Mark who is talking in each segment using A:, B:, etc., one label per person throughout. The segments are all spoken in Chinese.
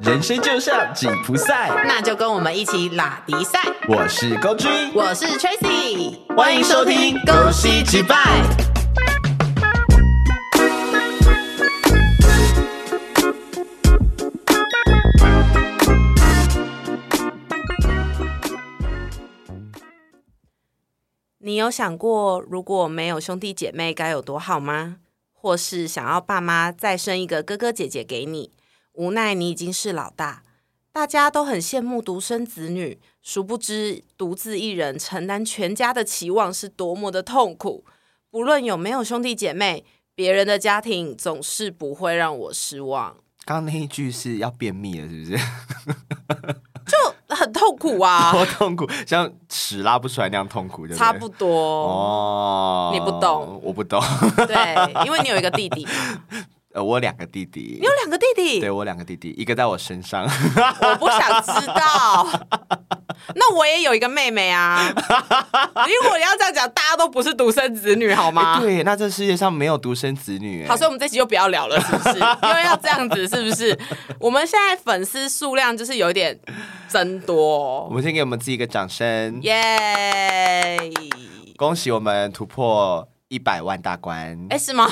A: 人生就像紧箍赛，
B: 那就跟我们一起拉迪赛。
A: 我是高君，
B: 我是 Tracy，
A: 欢迎收听
B: 《
A: 恭喜击败》。
B: 你有想过，如果没有兄弟姐妹该有多好吗？或是想要爸妈再生一个哥哥姐姐给你，无奈你已经是老大，大家都很羡慕独生子女，殊不知独自一人承担全家的期望是多么的痛苦。不论有没有兄弟姐妹，别人的家庭总是不会让我失望，
A: 刚刚那一句是要便秘了，是不是？
B: 就很痛苦啊，
A: 好痛苦，像屎拉不出来那样痛 苦，对不对？
B: 差不多。
A: 哦，
B: 你不懂，
A: 我不懂。
B: 对，因为你有一个弟弟，
A: 呃，我有两个弟弟
B: 你有，两个弟弟，
A: 对我有两个弟弟，一个在我身上，
B: 我不想知道。 那我也有一个妹妹啊。 如果你要这样讲，大家都不是独生子女，好吗？
A: 哎 对，那这世界上没有独生子女，哎
B: 啊好，所以我们这期就不要聊了，是不 是？因为要这样子，是不是？我们现在粉丝数量就是有点增
A: 我
B: 多，
A: 们先给我们自己一个掌声，
B: 耶！
A: 恭喜我们突破一百万大关。
B: 哎，是 吗？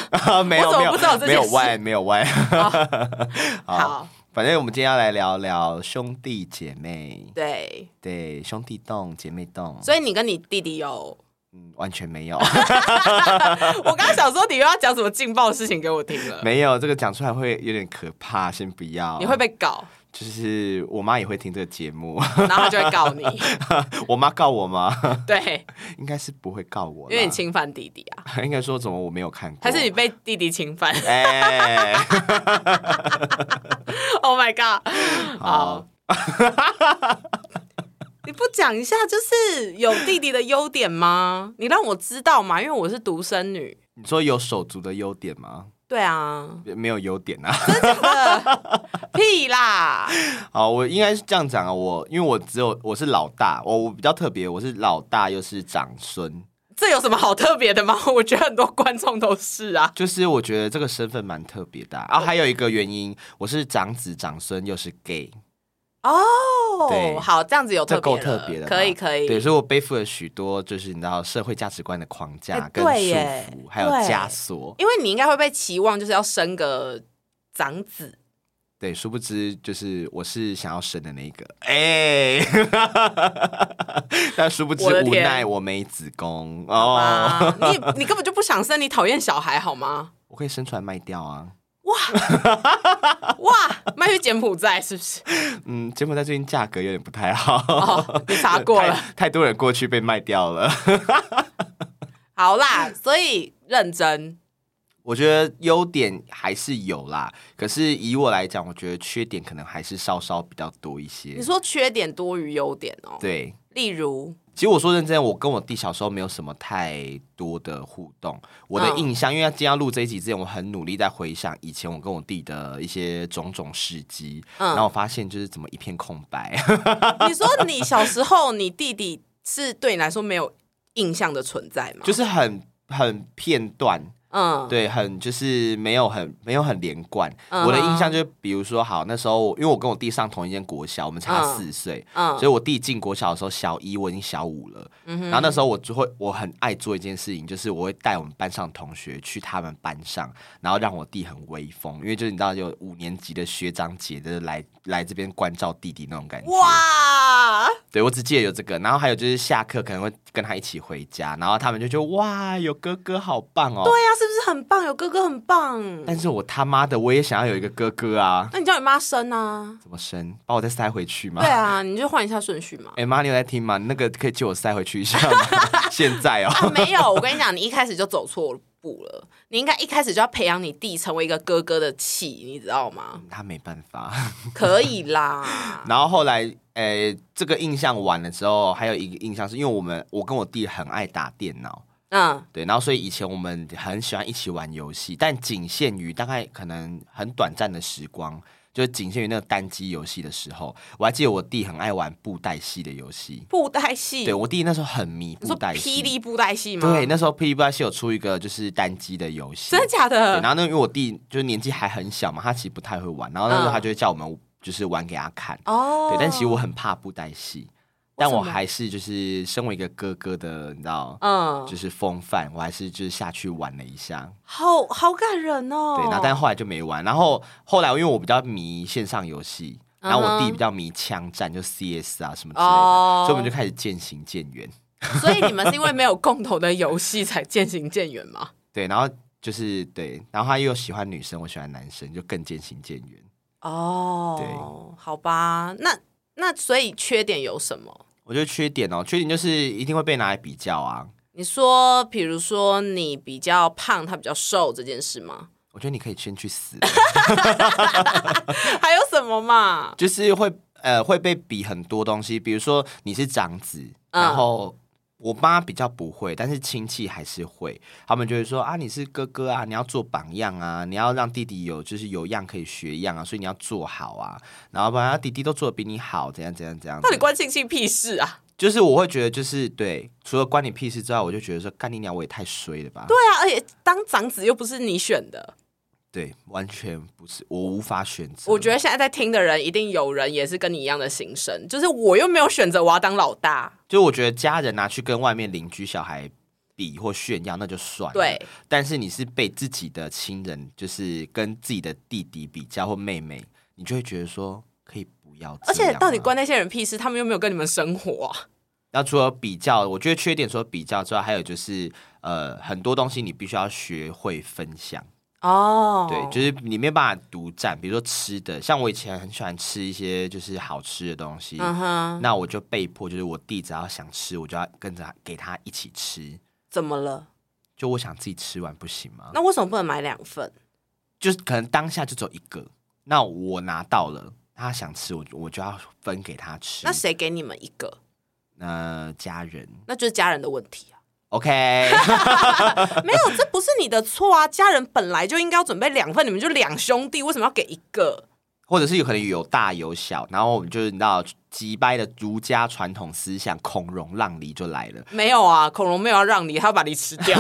A: 没有
B: 我怎么
A: 没有
B: 不知道这件
A: 没有
B: 事
A: 万没有万，
B: 好，
A: 反正我们今天要来聊聊兄弟姐妹，
B: 对，
A: 对兄弟洞姐妹洞，
B: 所以你跟你弟弟有，
A: 嗯，完全没有
B: 我刚刚想说你又要讲什么劲爆的事情给我听了，
A: 没有这个讲出来会有点可怕，先不要。
B: 你会被告，
A: 就是我妈也会听这个节目，
B: 然后他就会告你，
A: 我妈告我吗？
B: 对，
A: 应该是不会告我啦，
B: 因为你侵犯弟弟啊。
A: 应该说怎么我没有看过，
B: 还是你被弟弟侵犯
A: 哎、
B: ？Oh my god！
A: 好
B: 好，你不讲一下，就是有弟弟的优点吗？你让我知道嘛，因为我是独生女。
A: 你说有手足的优点吗？
B: 对啊，
A: 没有优点啊。
B: 真的屁啦！
A: 好，我应该是这样讲啊，我因为我只有我是老大，我我比较特别，我是老大又是长孙，
B: 这有什么好特别的吗？ 我觉得很多观众都是啊。
A: 就是我觉得这个身份蛮特别的啊。啊还有一个原因，我是长子长孙又是 gay，对
B: 哦，好，这样子有
A: 这
B: 特别
A: 够
B: 了
A: 特别的吧，
B: 可以可以。
A: 对，所以我背负了许多就是你知道社会价值观的框架
B: 哎
A: 跟
B: 对
A: 束
B: 耶
A: 缚，还有
B: 对
A: 枷锁。
B: 因为你应该会被期望就是要生个长子，
A: 对，殊不知就是我是想要生的那一个，哎、 但殊不知
B: 我的
A: 无
B: 天
A: 奈我没子宫
B: 好
A: 哦，
B: 吗？你你根本就不想生，你讨厌小孩好吗？
A: 我可以生出来卖掉啊。
B: 哇，卖去柬埔寨是不是？
A: 嗯，柬埔寨最近价格有点不太好，
B: 哦，你查过了。
A: 太，太多人过去被卖掉了。
B: 好啦，
A: 嗯
B: 所以认真
A: 我觉得优点还是有啦，可是以我来讲，我觉得缺点可能还是稍稍比较多一些
B: 你。说缺点多于优点哦。
A: 对，
B: 例如，
A: 其实我说认真，我跟我弟小时候没有什么太多的互动。我的
B: 嗯
A: 印象，因为今天要录这一集之前，我很努力在回想以前我跟我弟的一些种种事迹，
B: 嗯
A: 然后我发现就是怎么一片空白。
B: 你说你小时候你弟弟是对你来说没有印象的存在吗？
A: 就是很很片段，
B: 嗯，
A: 对，很就是没有很没有很连贯。
B: 嗯哼
A: 我的印象就是，比如说，好那时候我因为我跟我弟上同一间国小，我们差
B: 嗯
A: 四岁，
B: 嗯
A: 所以我弟进国小的时候小一，我已经小五了。然后那时候我就会我很爱做一件事情，就是我会带我们班上同学去他们班上，然后让我弟很威风，因为就是你知道有五年级的学长姐的来 来这边关照弟弟那种感觉。
B: 哇，
A: 对，我只记得有这个，然后还有就是下课可能会跟他一起回家，然后他们就觉得哇，有哥哥好棒哦。
B: 对呀、啊是不是很棒？有哥哥很棒。
A: 但是我他妈的我也想要有一个哥哥啊！
B: 那你叫你妈 生啊？
A: 怎么生？把我再塞回去吗？
B: 对啊，你就换一下顺序嘛。
A: 哎、妈，你有在听吗？那个可以借我塞回去一下 吗？现在哦、
B: 啊，没有，我跟你讲，你一开始就走错步了。你应该一开始就要培养你弟成为一个哥哥的气，你知道吗？
A: 他没办法。
B: 可以啦，
A: 然后后来，诶、这个印象完了之后，还有一个印象是因为我们我跟我弟很爱打电脑，
B: 嗯，
A: 对，然后所以以前我们很喜欢一起玩游戏，但仅限于大概可能很短暂的时光，就是仅限于那个单机游戏的时候。我还记得我弟很爱玩布袋戏的游戏，
B: 布袋戏，
A: 对我弟那时候很迷
B: 嗯你
A: 布
B: 说
A: 袋戏，
B: 霹雳布袋戏吗？
A: 对，那时候 P 八是有出一个就是单机的游戏
B: 真，的假
A: 对
B: 的嗯
A: 然？后那因为我弟就是年纪还很小嘛，他其实不太会玩，然后那时候他就会叫我们就是玩给他看。
B: 哦，
A: 对，但其实我很怕布袋戏，但
B: 什
A: 我
B: 么
A: 还是就是身为一个哥哥的，你知道，
B: 嗯
A: 就，是风范，我还是就是下去玩了一下。
B: 好好感人哦。
A: 对，然后 但后来就没玩。然后后来因为我比较迷线上游戏，然后我
B: 嗯
A: 弟
B: 哼
A: 比较迷枪战，就 CS 啊什么之类的，
B: 哦
A: 所以我们就开始渐行渐远。
B: 所以你们是因为没有共同的游戏才渐行渐远吗？
A: 对，然后就是对，然后他又喜欢女生，我喜欢男生，就更渐行渐远。
B: 哦，好吧，那那所以缺点有什么？
A: 我觉得缺点哦，缺点就是一定会被拿来比较啊。
B: 你说，比如说你比较胖，他比较瘦这件事 吗？
A: 我觉得你可以先去死，啊
B: 还有什么嘛？
A: 就是会呃会被比很多东西，比如说你是长子，
B: 嗯
A: 然后我妈比较不会，但是亲戚还是会，他们就会说啊你是哥哥啊，你要做榜样啊，你要让弟弟有就是有样可以学样啊，所以你要做好啊，然后把他弟弟都做的比你好，怎样怎样怎样的。
B: 到底关亲戚屁事啊？
A: 就是我会觉得，就是对，除了关你屁事之外，我就觉得说，干你娘，我也太衰了吧？
B: 对啊，而且当长子又不是你选的。
A: 对，完全不是，我无法选择。
B: 我觉得现在在听的人，一定有人也是跟你一样的心声，就是我又没有选择我要当老大。
A: 就我觉得家人拿、去跟外面邻居小孩比或炫耀，那就算了。
B: 对，
A: 但是你是被自己的亲人，就是跟自己的弟弟比较或妹妹，你就会觉得说，可以不要这样吗。啊
B: 而且到底关那些人屁事？他们又没有跟你们生活啊、
A: 那除了比较，我觉得缺点除了比较之外，还有就是呃，很多东西你必须要学会分享。
B: 哦
A: 对，就是你没有办法独占，比如说吃的，像我以前很喜欢吃一些就是好吃的东西，
B: 嗯哼，
A: 那我就被迫就是我弟只要想吃，我就要跟着他给他一起吃。
B: 怎么了？
A: 就我想自己吃完不行吗？
B: 那为什么不能买两份？
A: 就是可能当下就只有一个，那我拿到了，他想吃我就我就要分给他吃
B: 那。谁给你们一个？
A: 呃，家人
B: 那就是家人的问题啊！
A: ，OK，
B: 没有，这不是你的错啊！家人本来就应该要准备两份，你们就两兄弟，为什么要给一个？
A: 或者是有可能有大有小，然后我们就是你知道击败的儒家传统思想孔融让梨就来了。
B: 没有啊，恐龙没有要让梨，他要把梨吃掉，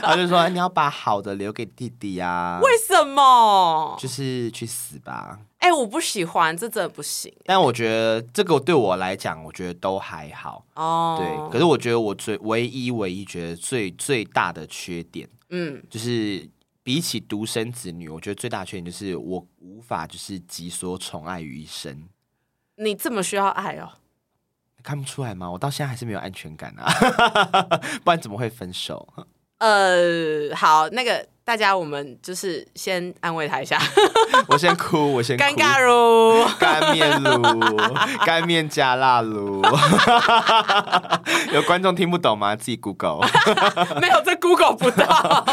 A: 他就说：“你要把好的留给弟弟啊，
B: 为什么？
A: 就是去死吧。
B: 哎、我不喜欢，这真的不行”
A: 但我觉得这个对我来讲，我觉得都还好。
B: 哦。
A: 对，可是我觉得我最唯一唯一觉得最最大的缺点，
B: 嗯，
A: 就是比起独生子女，我觉得最大的缺点就是我无法就是集所宠爱于一身。
B: 你这么需要爱哦。
A: 看不出来吗？我到现在还是没有安全感啊， 不然怎么会分手？
B: 呃，好，那个大家，我们就是先安慰他一下，
A: 我先哭，我先哭
B: 尴尬喽。
A: 干面卤，干面加辣卤。 有观众听不懂吗？自己 Google。
B: 没有，这 Google 不到。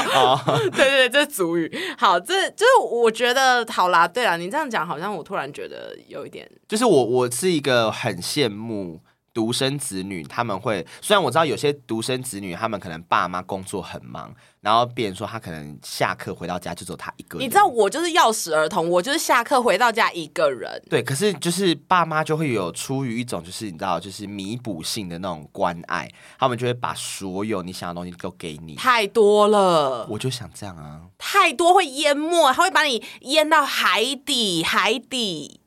B: 对 对对，这是俗语。好，这就是我觉得好啦。对啦，你这样讲，好像我突然觉得有一点，
A: 就是我，我是一个很羡慕独生子女，他们会虽然我知道有些独生子女，他们可能爸妈工作很忙，然后别人说他可能下课回到家就只有他一个人。
B: 你知道，我就是钥匙儿童，我就是下课回到家一个人。
A: 对，可是就是爸妈就会有出于一种就是你知道，就是弥补性的那种关爱，他们就会把所有你想要的东西都给你。
B: 太多了，
A: 我就想这样啊。
B: 太多会淹没，它会把你淹到海底，海底，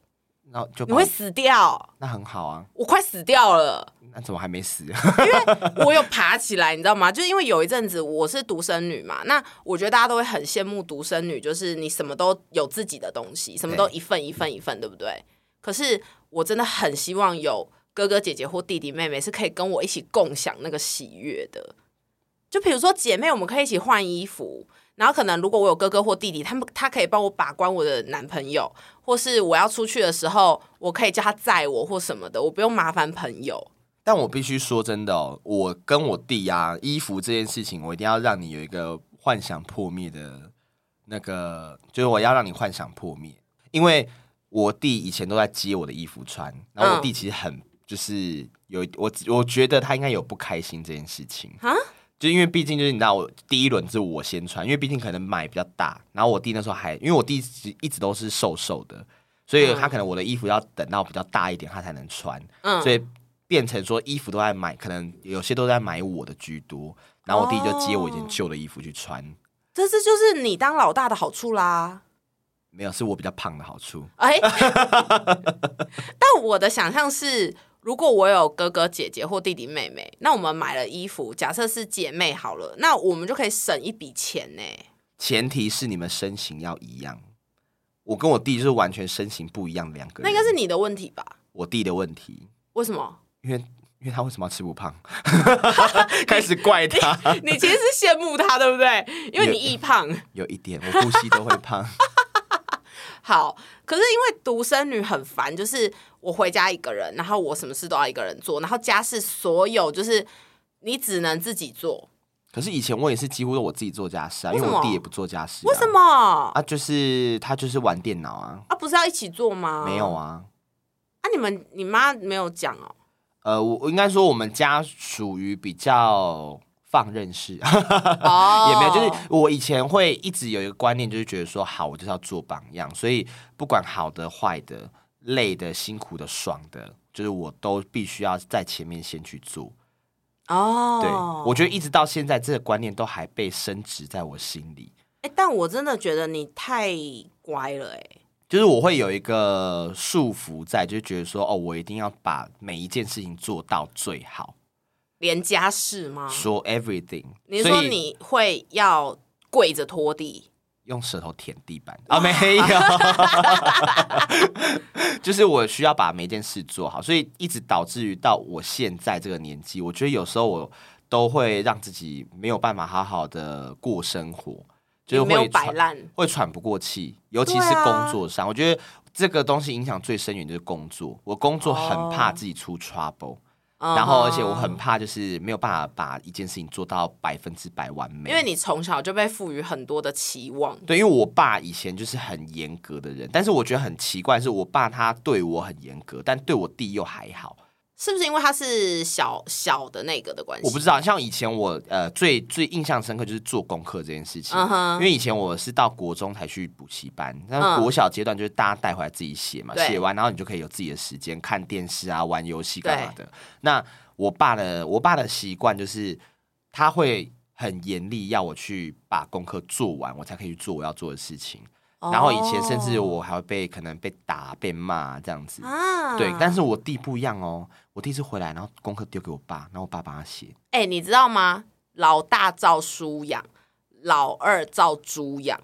A: 那就
B: 你
A: 把
B: 会死掉。
A: 那很好啊，
B: 我快死掉了，
A: 那怎么还没死？
B: 我有爬起来，你知道吗？就是因为有一阵子我是独生女嘛，那我觉得大家都会很羡慕独生女，就是你什么都有自己的东西，什么都一份一份一份，对不对？可是我真的很希望有哥哥姐姐或弟弟妹妹是可以跟我一起共享那个喜悦的。就比如说姐妹，我们可以一起换衣服，然后可能如果我有哥哥或弟弟，他们他可以帮我把关我的男朋友，或是我要出去的时候，我可以叫他载我或什么的，我不用麻烦朋友。
A: 但我必须说真的哦，我跟我弟啊，衣服这件事情，我一定要让你有一个幻想破灭的那个，就是我要让你幻想破灭，因为我弟以前都在接我的衣服穿，然后我弟其实很就是有我我觉得他应该有不开心这件事情
B: 啊
A: 就因为毕竟就是你知道，我第一轮是我先穿，因为毕竟可能买比较大，然后我弟那时候还因为我弟一直都是瘦瘦的，所以他可能我的衣服要等到比较大一点他才能穿，
B: 嗯
A: 所以变成说衣服都在买，可能有些都在买我的居多，然后我弟就接我以前旧的衣服去穿。
B: 这是就是你当老大的好处啦。
A: 没有，是我比较胖的好处。
B: 哎， 但我的想象是，如果我有哥哥姐姐或弟弟妹妹，那我们买了衣服，假设是姐妹好了，那我们就可以省一笔钱呢。
A: 前提是你们身形要一样。我跟我弟就是完全身形不一样的两个
B: 那
A: 人。
B: 应该是你的问题吧？
A: 我弟的问题，
B: 为什么？
A: 因为因为他为什么要吃不胖？ 开始怪他，
B: 你其实是羡慕他，对不对？因为你易胖。
A: 有一点我呼吸都会 胖。
B: 好，可是因为独生女很烦，就是我回家一个人，然后我什么事都要一个人做，然后家事所有就是你只能自己做。
A: 可是以前我也是几乎都我自己做家事啊，
B: 为
A: 因
B: 什
A: 为
B: 么
A: 我弟也不做家事、啊。
B: 为什？么？
A: 啊，就是他就是玩电脑啊，
B: 啊，不是要一起做吗？
A: 没有。啊。
B: 啊，你们你妈没有讲哦。
A: 呃，我我应该说我们家属于比较放任式，
B: 哦，
A: 也没有，就是我以前会一直有一个观念，就是觉得说好，我就是要做榜样，所以不管好的、坏的、累的、辛苦的、爽的，就是我都必须要在前面先去做。
B: 哦，
A: 对，我觉得一直到现在，这个观念都还被深植在我心里。
B: 哎、但我真的觉得你太乖了、哎，
A: 就是我会有一个束缚在，就是觉得说，哦，我一定要把每一件事情做到最好，
B: 连家事吗？
A: 说 everything。
B: 啊你是说
A: 所以
B: 你会要跪着拖地？
A: 用舌头舔地板 啊？没有， 就是我需要把每件事做好，所以一直导致于到我现在这个年纪，我觉得有时候我都会让自己没有办法好好的过生活，就是
B: 你没有
A: 会
B: 摆
A: 喘
B: 烂，
A: 会喘不过气，尤其
B: 对
A: 是
B: 啊
A: 工作上，我觉得这个东西影响最深远就是工作，我工作很怕自己出 trouble，、然后而且我很
B: 哦嗯哼。
A: 怕就是没有办法把一件事情做到百分之百完美，
B: 因为你从小就被赋予很多的期望，
A: 对，因为我爸以前就是很严格的人，但是我觉得很奇怪，是我爸他对我很严格，但对我弟又还好。
B: 是不是因为他是小小的那个的关系？
A: 我不知道，像以前我呃最最印象深刻就是做功课这件事情
B: 嗯哼
A: 因为以前我是到国中才去补习班，
B: 嗯
A: 那国小阶段就是大家带回来自己写嘛，
B: 对
A: 写完然后你就可以有自己的时间看电视啊、玩游戏干嘛的。那我爸的我爸的习惯就是他会很严厉要我去把功课做完，我才可以去做我要做的事情。
B: 哦
A: 然后以前甚至我还会被可能被打、被骂这样子。
B: 啊，
A: 对，但是我弟不一样哦，我弟是回来，然后功课丢给我爸，然后我爸帮他写。
B: 哎、你知道吗？老大照书养，老二照猪养，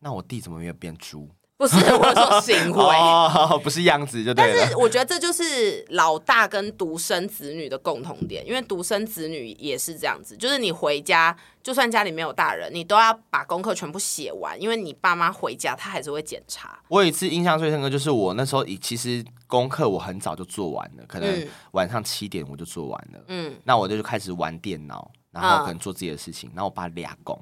A: 那我弟怎么没有变猪？
B: 不是我说 行为。
A: 哦，不是样子就对
B: 但
A: 了。
B: 是我觉得这就是老大跟独生子女的共同点，因为独生子女也是这样子，就是你回家，就算家里没有大人，你都要把功课全部写完，因为你爸妈回家他还是会检查。
A: 我有一次印象最深刻，就是我那时候以其实功课我很早就做完了，可能
B: 嗯
A: 晚上七点我就做完了。
B: 嗯，
A: 那我就开始玩电脑，然后
B: 嗯
A: 可能做自己的事情，然后我爸俩工，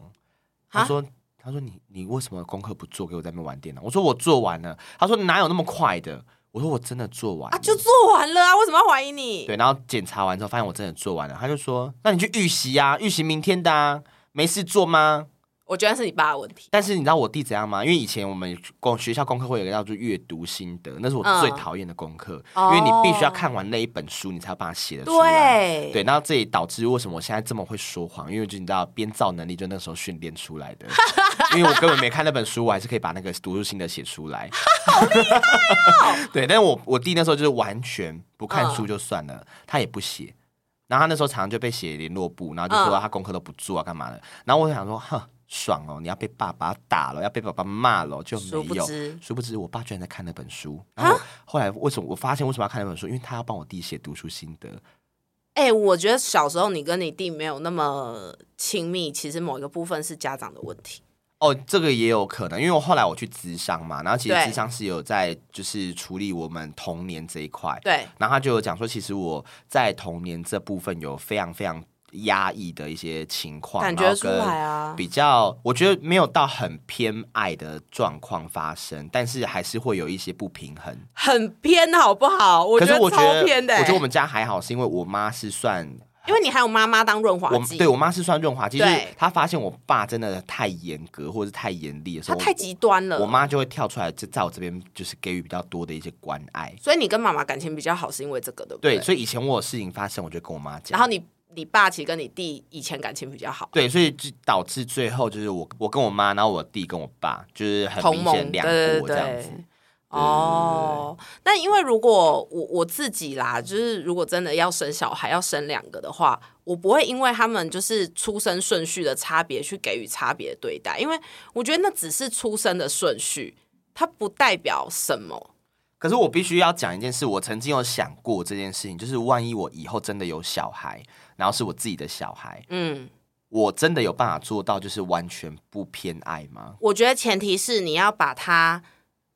B: 啊
A: 他说。他说你你为什么功课不做，给我在那边玩电脑？我说我做完了。他说哪有那么快的？我说我真的做完了
B: 啊，就做完了啊，为什么要怀疑你？
A: 对，然后检查完之后发现我真的做完了，他就说那你去预习啊，预习明天的啊，没事做吗？
B: 我觉得是你爸的问题。
A: 但是你知道我弟怎样吗？因为以前我们功学校功课会有一个叫做阅读心得，那是我最
B: 嗯
A: 讨厌的功课，
B: 哦
A: 因为你必须要看完那一本书，你才要把它写得出来。
B: 对
A: 啊对，，那这也导致为什么我现在这么会说谎，因为就你知道编造能力就那时候训练出 来的，因为我根本没看那本书，我还是可以把那个读书心得写出来。
B: 哦
A: 对，但是我我弟那时候就是完全不看
B: 嗯
A: 书就算了，他也不写。然后他那时候常常就被写联络簿，然后就说
B: 嗯
A: 他功课都不做啊，干嘛的。然后我就想说，哼，爽哦，你要被爸爸打了，要被爸爸骂了，就
B: 殊
A: 没
B: 不
A: 有。
B: 知
A: 殊不知，我爸居然在看那本书。然后我后来为什么我发现为什么要看那本书？因为他要帮我弟写读书心得。
B: 哎、我觉得小时候你跟你弟没有那么亲密，其实某一个部分是家长的问题。
A: 哦，这个也有可能，因为我后来我去咨商嘛，然后其实
B: 对
A: 咨商是有在就是处理我们童年这一块，
B: 对，
A: 然后他就有讲说，其实我在童年这部分有非常非常压抑的一些情况，
B: 感觉
A: 然后
B: 出
A: 跟
B: 来啊。
A: 比较，我觉得没有到很偏爱的状况发生，但是还是会有一些不平衡。
B: 很偏，好不好？我
A: 可
B: 觉
A: 是
B: 得
A: 我觉得，
B: 超偏的、欸
A: 我觉得我们家还好，是因为我妈是算
B: 因为你还有妈妈当润滑
A: 我
B: 剂，
A: 对我妈是算润滑剂，就
B: 对
A: 是她发现我爸真的太严格或者是太严厉的时
B: 她
A: 候，
B: 太极端了。
A: 我妈就会跳出来，就在我这边就是给予比较多的一些关爱。
B: 所以你跟妈妈感情比较好，是因为这个，对不
A: 对，
B: 对？
A: 所以以前我有事情发生，我就跟我妈
B: 然
A: 讲。
B: 后你你爸其实跟你弟以前感情比较好，
A: 对，所以就导致最后就是我我跟我妈，然后我弟跟我爸，就是很
B: 同
A: 明
B: 盟
A: 显
B: 对
A: 两
B: 对
A: 国
B: 对
A: 这样子。
B: 哦，那因为如果我我自己啦，就是如果真的要生小孩，要生两个的话，我不会因为他们就是出生顺序的差别去给予差别的对待，因为我觉得那只是出生的顺序，它不代表什么。
A: 可是我必须要讲一件事，我曾经有想过这件事情，就是万一我以后真的有小孩，然后是我自己的小孩，
B: 嗯，
A: 我真的有办法做到就是完全不偏爱吗？
B: 我觉得前提是你要把他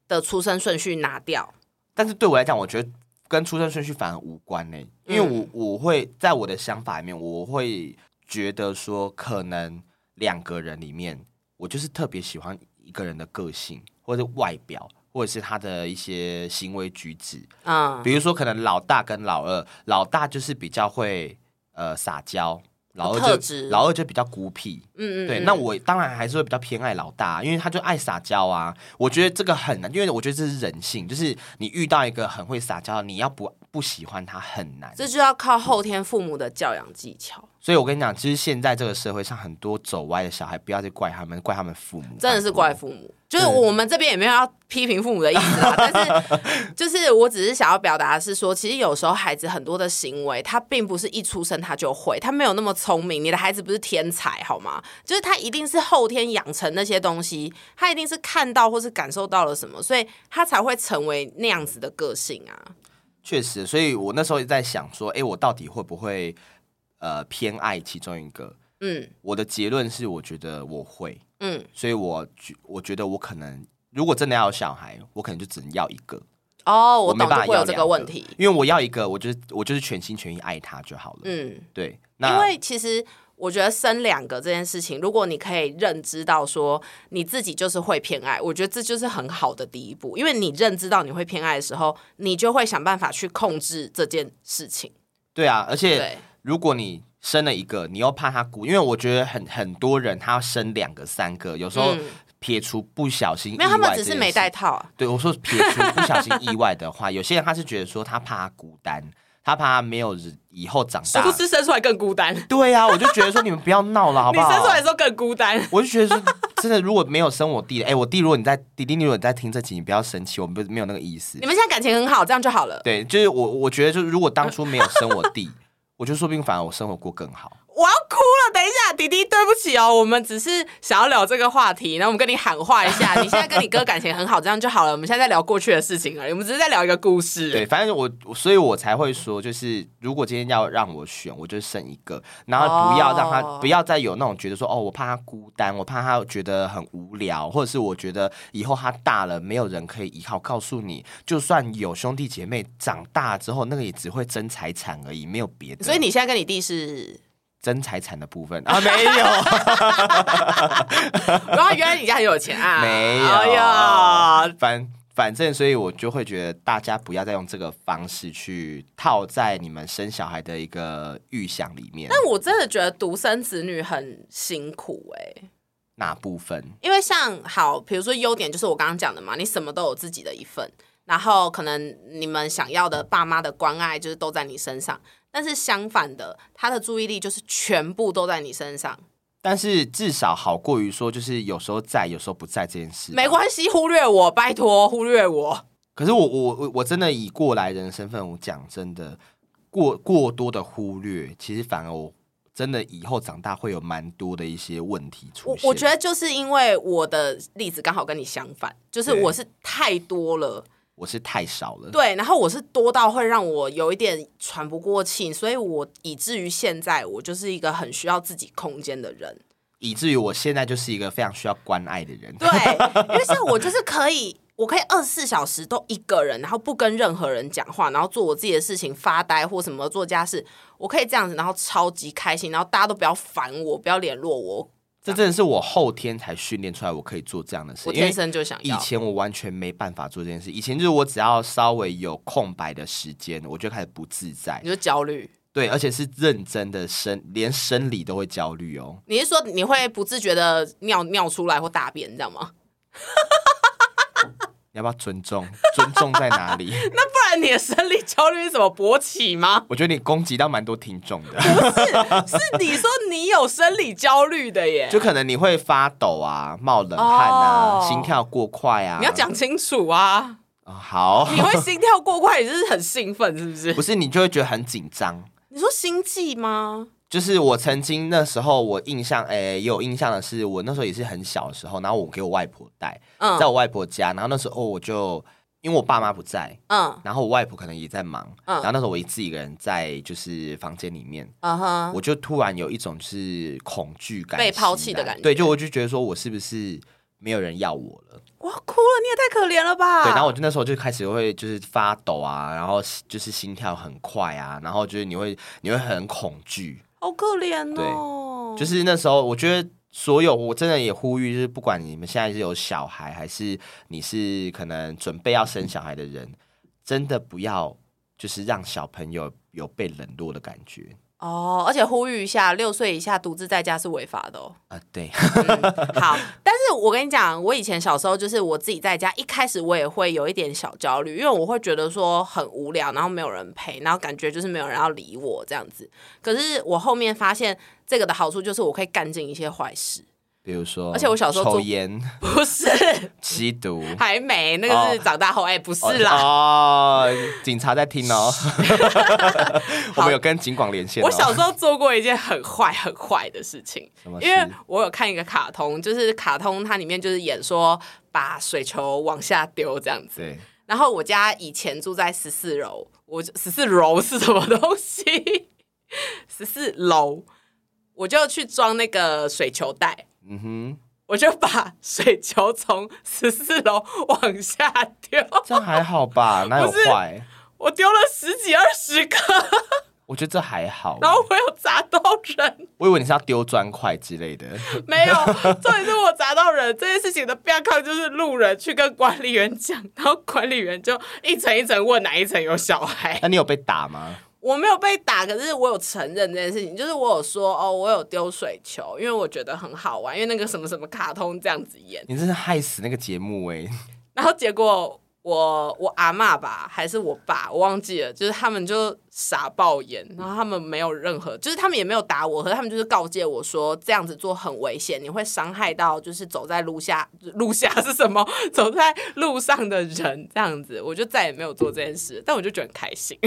B: 的出生顺序拿掉。
A: 但是对我来讲，我觉得跟出生顺序反而无关呢、欸因
B: 嗯
A: 为我我会在我的想法里面，我会觉得说，可能两个人里面，我就是特别喜欢一个人的个性，或者是外表，或者是他的一些行为举止。
B: 嗯，
A: 比如说，可能老大跟老二，老大就是比较会呃撒娇，老
B: 特
A: 二
B: 质
A: 就老二就比较孤僻。
B: 嗯嗯，
A: 对，
B: 嗯
A: 那我当然还是会比较偏爱老大，因为他就爱撒娇啊。我觉得这个很难，因为我觉得这是人性，就是你遇到一个很会撒娇的，你要不不喜欢他很难。
B: 这就要靠后天父母的教养技巧，
A: 所以我跟你讲，其实现在这个社会上很多走歪的小孩，不要去怪他们，怪他们父母，
B: 真的是怪
A: 母。
B: 父母。就是我们这边也没有要批评父母的意 思啦，但是就是我只是想要表达的是说，其实有时候孩子很多的行为，他并不是一出生他就会，他没有那么聪明。你的孩子不是天才好吗？就是他一定是后天养成那些东西，他一定是看到或是感受到了什么，所以他才会成为那样子的个性啊。
A: 确实，所以我那时候也在想说，诶，我到底会不会呃偏爱其中一个？
B: 嗯
A: 我的结论是，我觉得我会，
B: 嗯，
A: 所以我觉我觉得我可能如果真的要有小孩，我可能就只能要一个。
B: 哦，
A: 我
B: 我
A: 没
B: 懂，
A: 办
B: 就
A: 法
B: 会有
A: 要
B: 这
A: 两
B: 个问题。
A: 因为我要一个，我就是我就是全心全意爱他就好了。
B: 嗯。
A: 对，
B: 因
A: 那
B: 为其实我觉得生两个这件事情，如果你可以认知到说你自己就是会偏爱，我觉得这就是很好的第一步。因为你认知到你会偏爱的时候，你就会想办法去控制这件事情。
A: 对啊，而且
B: 对，
A: 如果你生了一个，你又怕他孤，因为我觉得很很多人他要生两个、三个，有时候
B: 嗯
A: 撇除不小心意
B: 没有，他们
A: 外
B: 只
A: 这
B: 是
A: 件
B: 没
A: 事
B: 带套啊。
A: 对，我说撇除不小心意外的 话，有些人他是觉得说他怕他孤单，他怕他没有人以后长
B: 殊
A: 大
B: 不。知生出来更孤单，
A: 对啊，我就觉得说你们不要闹 了，好
B: 你
A: 不好？
B: 生出来的时候更 孤单。
A: 我就觉得说，真的，如果没有生我弟的，哎、我弟如果你在弟弟，如果你在听这集，你不要生气，我们不没有那个意思
B: 你。们现在感情很好，这样就好了。
A: 对，就是我，我觉得就是如果当初没有生我弟，我就说不定反而我生活过更好。
B: 我要哭了，等一下，弟弟，对不起哦，我们只是想要聊这个话题，然后我们跟你喊话一下，你现在跟你哥感情很好，这样就好了。我们现在在聊过去的事情而已，我们只是在聊一个故事。
A: 对，反正我，我所以我才会说，就是如果今天要让我选，我就生一个，然后不要让他，
B: 哦
A: 不要再有那种觉得说，哦，我怕他孤单，我怕他觉得很无聊，或者是我觉得以后他大了没有人可以依靠。告诉你，就算有兄弟姐妹，长大之后那个也只会争财产而已，没有别的。
B: 所以你现在跟你弟是，
A: 争财产的部分啊，没有，
B: 然后原来你家很有钱 啊？
A: 没有
B: 哎呀，
A: 反反正，所以我就会觉得大家不要再用这个方式去套在你们生小孩的一个预想里面。
B: 但我真的觉得独生子女很辛苦哎、
A: 哪部分？
B: 因为像好，比如说优点就是我刚刚讲的嘛，你什么都有自己的一份，然后可能你们想要的爸妈的关爱就是都在你身上，但是相反的，他的注意力就是全部都在你身上，
A: 但是至少好过于说，就是有时候在，有时候不在这件事。
B: 没关系，忽略我，拜托忽略我。
A: 可是我我我我真的以过来人的身份，我讲真的，过过多的忽略，其实反而我真的以后长大会有蛮多的一些问题出
B: 我
A: 现。
B: 我觉得就是因为我的例子刚好跟你相反，就是
A: 对
B: 我是太多了。
A: 我是太少了。
B: 对，然后我是多到会让我有一点喘不过气，所以我以至于现在我就是一个很需要自己空间的人。
A: 以至于我现在就是一个非常需要关爱的人。
B: 对，因为像我就是可以，我可以二十四小时都一个人，然后不跟任何人讲话，然后做我自己的事情，发呆或什么做家事，我可以这样子，然后超级开心，然后大家都不要烦我，不要联络我，
A: 这真的是我后天才训练出来，我可以做这样的事。
B: 我
A: 因为
B: 天生就想
A: 以
B: 要。
A: 前我完全没办法做这件事，以前就是我只要稍微有空白的时间，我就开始不自在
B: 你。就焦虑，
A: 对，而且是认真的生，连生理都会焦虑哦。
B: 你是说你会不自觉的尿尿出来或大便，你知道吗？
A: 你要不要尊重？尊重在哪里？
B: 那不然你的生理焦虑是怎么勃起吗？
A: 我觉得你攻击到蛮多听众的，
B: 是你说你有生理焦虑的耶？
A: 就可能你会发抖啊，冒冷汗啊，
B: 哦
A: 心跳过快啊。
B: 你要讲清楚啊！
A: 哦好，
B: 你会心跳过快，你就是很兴奋，是不 是？
A: 不是你就会觉得很紧张。
B: 你说心悸吗？
A: 就是我曾经那时候，我印象诶、也有印象的是，我那时候也是很小的时候，然后我给我外婆带，在
B: 嗯
A: 我外婆家，然后那时候我就因为我爸妈不在，
B: 嗯
A: 然后我外婆可能也在忙，
B: 嗯
A: 然后那时候我一自己一个人在就是房间里面，
B: 嗯哼，
A: 我就突然有一种就是恐惧感袭来，
B: 被抛弃的感觉
A: 对，就我就觉得说我是不是没有人要我了？
B: 我要哭了，你也太可怜了吧？
A: 对，然后我就那时候就开始会就是发抖啊，然后就是心跳很快啊，然后就是你会你会很恐惧，
B: 好可怜哦，
A: 就是是那时候我觉得。所有我真的也呼吁，就是不管你们现在是有小孩，还是你是可能准备要生小孩的人，真的不要就是让小朋友有被冷落的感觉
B: 哦，而且呼吁一下，六岁以下独自在家是违法的哦。
A: 啊、对，
B: 好，但是我跟你讲，我以前小时候就是我自己在家，一开始我也会有一点小焦虑，因为我会觉得说很无聊，然后没有人陪，然后感觉就是没有人要理我这样子。可是我后面发现这个的好处就是我可以干尽一些 坏事，
A: 比如说，
B: 而且我小时候
A: 抽
B: 做
A: 烟、
B: 不是
A: 吸毒，
B: 还没那个是
A: 哦
B: 长大后，哎、不是啦。
A: 啦，哦，警察在听哦， 我们有跟警广连线、哦。
B: 我小时候做过一件很坏很坏的事情，
A: 什么事
B: 因为我有看一个卡通，就是卡通它里面就是演说把水球往下丢这样子，
A: 对，
B: 然后我家以前住在十四楼，我十四楼是什么东西？十四楼，我就去装那个水球袋，
A: 嗯哼，
B: 我就把水球从十四楼往下丢，
A: 这样还好吧？哪有
B: 不是
A: 坏？
B: 我丢了十几二十个，
A: 我觉得这还好。
B: 然后我有砸到人，
A: 我以为你是要丢砖块之类的，
B: 没有，重点是我砸到人这件事情的标抗就是路人去跟管理员讲，然后管理员就一层一层问哪一层有小孩。
A: 那你有被打吗？
B: 我没有被打，可是我有承认这件事情，就是我有说哦，我有丢水球，因为我觉得很好玩，因为那个什么什么卡通这样子演。
A: 你真是害死那个节目哎、
B: 然后结果我我阿嬷吧，还是我爸，我忘记了，就是他们就傻爆眼，然后他们没有任何，就是他们也没有打我，和他们就是告诫我说这样子做很危险，你会伤害到就是走在路下路下是什么，走在路上的人这样子，我就再也没有做这件事，但我就觉得很开心。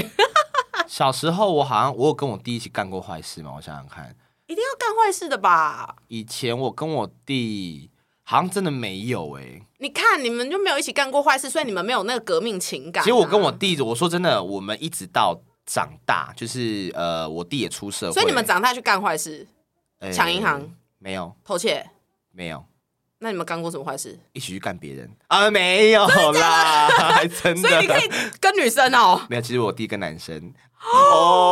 A: 小时候我好像我有跟我弟一起干过坏事嘛，我想想看，
B: 一定要干坏事的吧？
A: 以前我跟我弟好像真的没有哎、
B: 你看，你们就没有一起干过坏事，所以你们没有那个革命情感啊、
A: 其实我跟我弟，我说真的，我们一直到长大，就是呃，我弟也出社会，
B: 所以你们长大去干坏事、
A: 呃
B: 抢银行
A: 没有
B: 偷窃，
A: 没有
B: 那你们干过什么 坏事？
A: 一起去干别人啊？没有啦，还真的。
B: 所以你可以跟女 生哦。
A: 没有，其实我弟跟男 生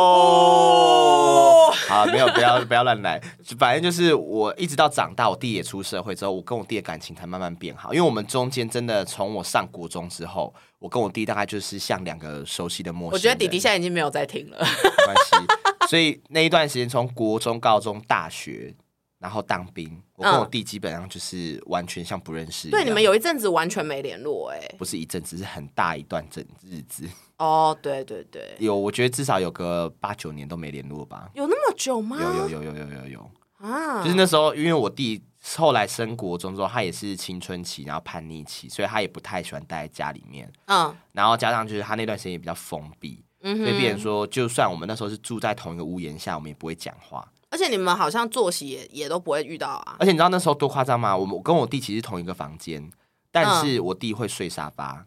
A: 哦。
B: 哦，
A: 好，没有，不要不要乱来。反正就是我一直到长大，我弟也出社会之后，我跟我弟的感情才慢慢变好。因为我们中间真的从我上国中之后，我跟我弟大概就是像两个熟悉的陌生人。
B: 我觉得弟弟现在已经没有在听了。
A: 没关系。所以那一段时间，从国中、高中、大学，然后当兵，我跟我弟基本上就是完全像不认识一样。
B: 嗯对，你们有一阵子完全没联络哎、
A: 不是一阵子，是很大一段阵日子。
B: 哦，对对对，
A: 有，我觉得至少有个八九年都没联络吧。
B: 有那么久吗？
A: 有有有有有有有，
B: 啊，
A: 就是那时候，因为我弟后来升国中之后，他也是青春期，然后叛逆期，所以他也不太喜欢待在家里面。
B: 嗯
A: 然后加上就是他那段时间也比较封闭，
B: 嗯
A: 所以变
B: 哼，
A: 成说，就算我们那时候是住在同一个屋檐下，我们也不会讲话。
B: 而且你们好像作息也也都不会遇到啊。
A: 而且你知道那时候多夸张吗？我们我跟我弟其实是同一个房间，但是我弟会睡沙发，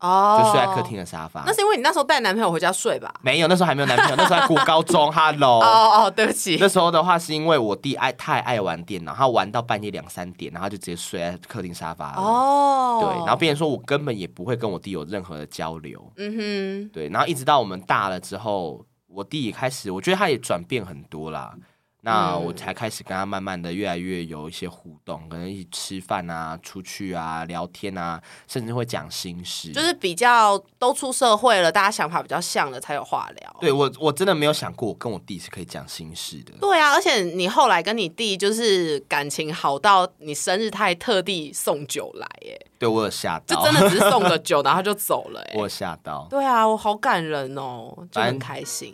B: 哦，
A: 就睡在客。厅啊的沙发
B: 那。是因为你那时候带男朋友回家睡吧？
A: 没有，那时候还没有男朋友，那时候还读高中。Hello，
B: 哦哦，对不起
A: 那。时候的话是因为我弟爱太爱玩电脑，他玩到半夜两三点，然后他就直接睡在客厅沙发了。啊
B: 哦，
A: 对，然后变成说我根本也不会跟我弟有任何的交流。
B: 嗯
A: 对，然后一直到我们大了之后，我弟也开始，我觉得他也转变很多啦。那我才开始跟他慢慢的越来越有一些互动，可能一起吃饭啊、出去啊、聊天啊，甚至会讲心事。
B: 就是比较都出社会了，大家想法比较像了，才有话聊。
A: 对我，我真的没有想过，我跟我弟是可以讲心事的。
B: 对啊，而且你后来跟你弟就是感情好到你生日他还特地送酒来，哎，
A: 对我有吓
B: 就
A: 到
B: 真，的只是送个酒，然后就走了，哎
A: 哦 我。有吓到。
B: 对啊，我好感人哦，就
A: 反
B: 很
A: 正
B: 开心。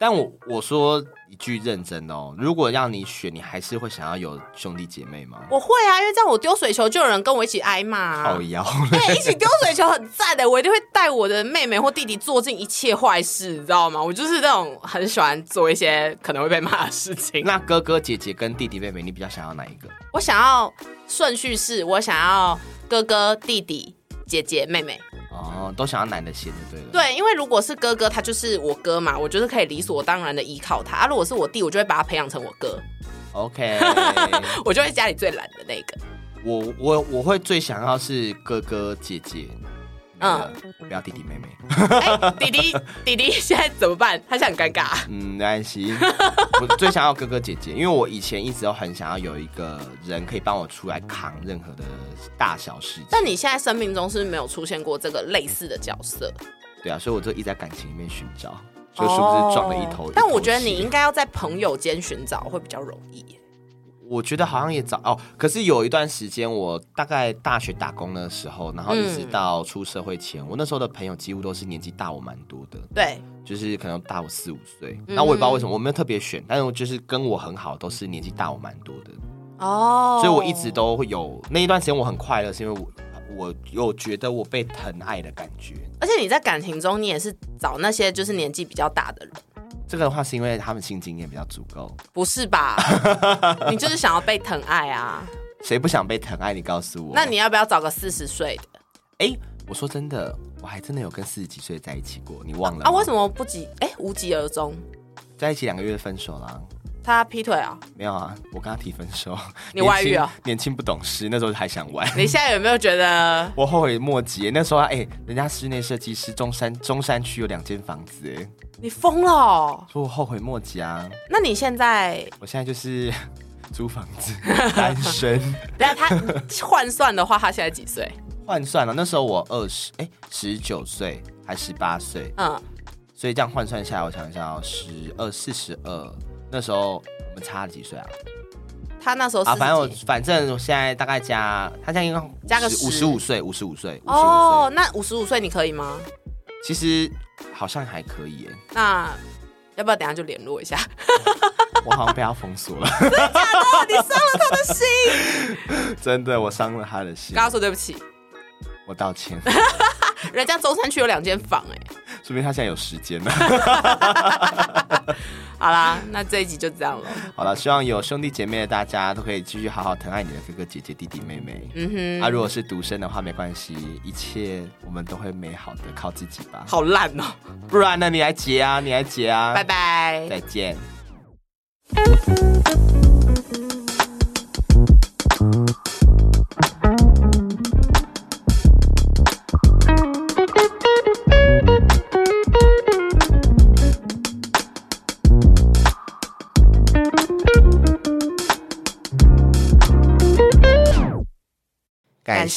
A: 但我我说一句认真的哦，如果让你选，你还是会想要有兄弟姐妹吗？
B: 我会啊，因为这样我丢水球就有人跟我一起挨骂、啊
A: 靠。腰，
B: 哎、一起丢水球很赞的，我一定会带我的妹妹或弟弟做尽一切坏事，你知道吗？我就是那种很喜欢做一些可能会被骂的事情。
A: 那哥哥姐姐跟弟弟妹妹，你比较想要哪一个？
B: 我想要顺序是，我想要哥哥、弟弟、姐姐、妹妹。
A: 哦，都想要男的先就对了。，
B: 对，因为如果是哥哥，他就是我哥嘛，我就是可以理所当然的依靠他；啊、如果是我弟，我就会把他培养成我哥，
A: OK，
B: 我就会家里最懒的那个。
A: 我我我会最想要是哥哥姐姐，嗯，不要弟弟妹妹，
B: 哎、弟弟，弟弟现在怎么办？他现在很尴尬。
A: 嗯，没关系。 我最想要哥哥姐姐，因为我以前一直都很想要有一个人可以帮我出来扛任何的大小事情。
B: 但你现在生命中是没有出现过这个类似的角色，
A: 对啊，所以我就一直在感情里面寻找，所以是不是撞了一头？
B: 哦但我觉得
A: 一头
B: 你
A: 血
B: 应该要在朋友间寻找会比较容易。
A: 我觉得好像也早哦，可是有一段时间，我大概大学打工的时候，然后一直到出社会前，我那时候的朋友几乎都是年纪大我蛮多的，
B: 对，
A: 就是可能大我四五岁。
B: 嗯
A: 那、我也不知道为什么，我没有特别选，但是我就是跟我很好，都是年纪大我蛮多的，
B: 哦
A: 所以我一直都会有那一段时间我很快乐，是因为我我有觉得我被疼爱的感觉。
B: 而且你在感情中，你也是找那些就是年纪比较大的人，
A: 这个的话是因为他们性经验比较足够，
B: 不是 吧？你就是想要被疼爱啊？
A: 谁不想被疼爱？你告诉我。
B: 那你要不要找个四十岁的
A: 哎、我说真的，我还真的有跟四十几岁在一起过，你忘了
B: 啊？
A: 吗
B: 为什么不急？哎、无疾而终，
A: 在一起两个月就分手啦。
B: 他劈腿啊？
A: 没有啊，我跟他提分手。
B: 你外遇啊
A: 年轻？年轻不懂事，那时候还想玩。
B: 你现在有没有觉得？
A: 我后悔莫及耶，那时候啊哎、人家室内设计师中山中山区有两间房子，哎，
B: 你疯了哦、
A: 所以我后悔莫及啊！
B: 那你现在
A: 我现在就是 租房子， 单身。
B: 那他换算的话，他现在几岁？
A: 换算了，那时候我二十哎十九岁还十八岁，
B: 嗯，
A: 所以这样换算下来，我想一下哦，十二四十二，那时候我们差了几岁啊？
B: 他那时候
A: 啊，反正我
B: 40几哦
A: 反正我现在大概加，他现在应该
B: 加个
A: 五
B: 10
A: 十五岁，五十五岁，五十五
B: 哦
A: 岁，，
B: 那五十五岁你可以吗？
A: 其实好像还可以耶，
B: 那要不要等一下就联络 一下？
A: 哦我好像被他封锁了，
B: 你伤了他的心，
A: 真的，我伤了他的心
B: 跟，他说对不起。
A: 我道歉，
B: 人家中山区有两间房、哎，
A: 说明他现在有时间了。
B: 好啦，那这一集就这样了。
A: 好了，希望有兄弟姐妹的大家都可以继续好好疼爱你的哥哥姐姐、弟弟妹妹。
B: 嗯
A: 啊，如果是独生的话，没关系，一切我们都会美好的，靠自己吧
B: 哼，。好烂哦、
A: 不然呢，你来结啊，你来结啊，
B: 拜，拜。
A: 再见。感